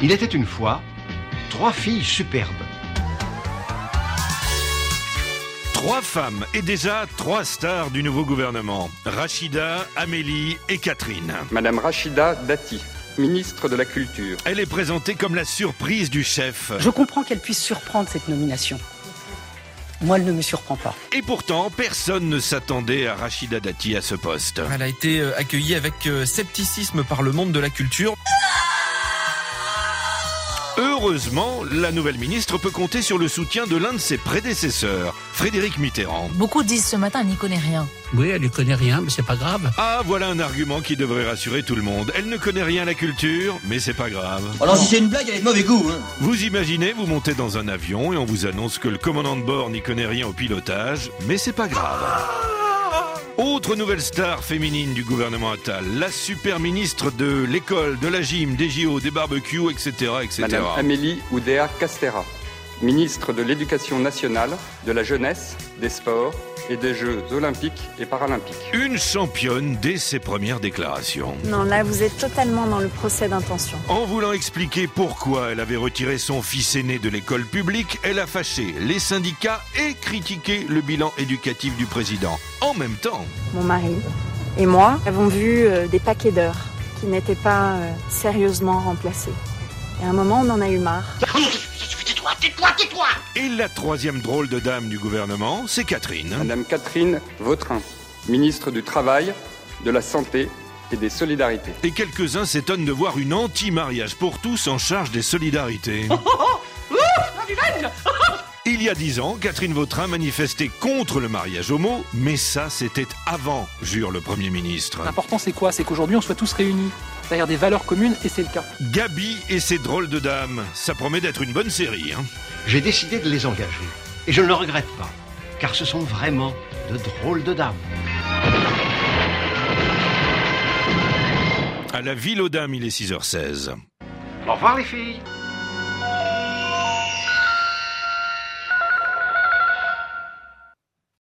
Il était une fois trois filles superbes. Trois femmes et déjà trois stars du nouveau gouvernement. Rachida, Amélie et Catherine. Madame Rachida Dati, ministre de la Culture. Elle est présentée comme la surprise du chef. Je comprends qu'elle puisse surprendre cette nomination. Moi, elle ne me surprend pas. Et pourtant, personne ne s'attendait à Rachida Dati à ce poste. Elle a été euh, accueillie avec euh, scepticisme par le monde de la culture. Heureusement, la nouvelle ministre peut compter sur le soutien de l'un de ses prédécesseurs, Frédéric Mitterrand. Beaucoup disent ce matin, elle n'y connaît rien. Oui, elle ne connaît rien, mais c'est pas grave. Ah, voilà un argument qui devrait rassurer tout le monde. Elle ne connaît rien à la culture, mais c'est pas grave. Alors Oh si c'est une blague, elle est de mauvais goût. Hein. Vous imaginez, vous montez dans un avion et on vous annonce que le commandant de bord n'y connaît rien au pilotage, mais c'est pas grave. Autre nouvelle star féminine du gouvernement Attal, la super ministre de l'école, de la gym, des JO, des barbecues, etc. etc. Madame Amélie Oudéa Castera, ministre de l'Éducation nationale, de la jeunesse, des sports et des Jeux olympiques et paralympiques. Une championne dès ses premières déclarations. Non, là, vous êtes totalement dans le procès d'intention. En voulant expliquer pourquoi elle avait retiré son fils aîné de l'école publique, elle a fâché les syndicats et critiqué le bilan éducatif du président. En même temps, Mon mari et moi avons vu euh, des paquets d'heures qui n'étaient pas euh, sérieusement remplacées. Et à un moment, on en a eu marre. et la troisième drôle de dame du gouvernement, c'est Catherine. Madame Catherine Vautrin, ministre du Travail, de la Santé et des Solidarités. Et quelques-uns s'étonnent de voir une anti-mariage pour tous en charge des solidarités. Il y a dix ans, Catherine Vautrin manifestait contre le mariage homo, mais ça c'était avant, jure le Premier ministre. L'important, c'est quoi C'est qu'aujourd'hui, on soit tous réunis derrière des valeurs communes, et c'est le cas. Gabi et ses drôles de dames, ça promet d'être une bonne série. Hein. J'ai décidé de les engager. Et je ne le regrette pas, car ce sont vraiment de drôles de dames. À la ville aux dames, il est 6h16. Au revoir les filles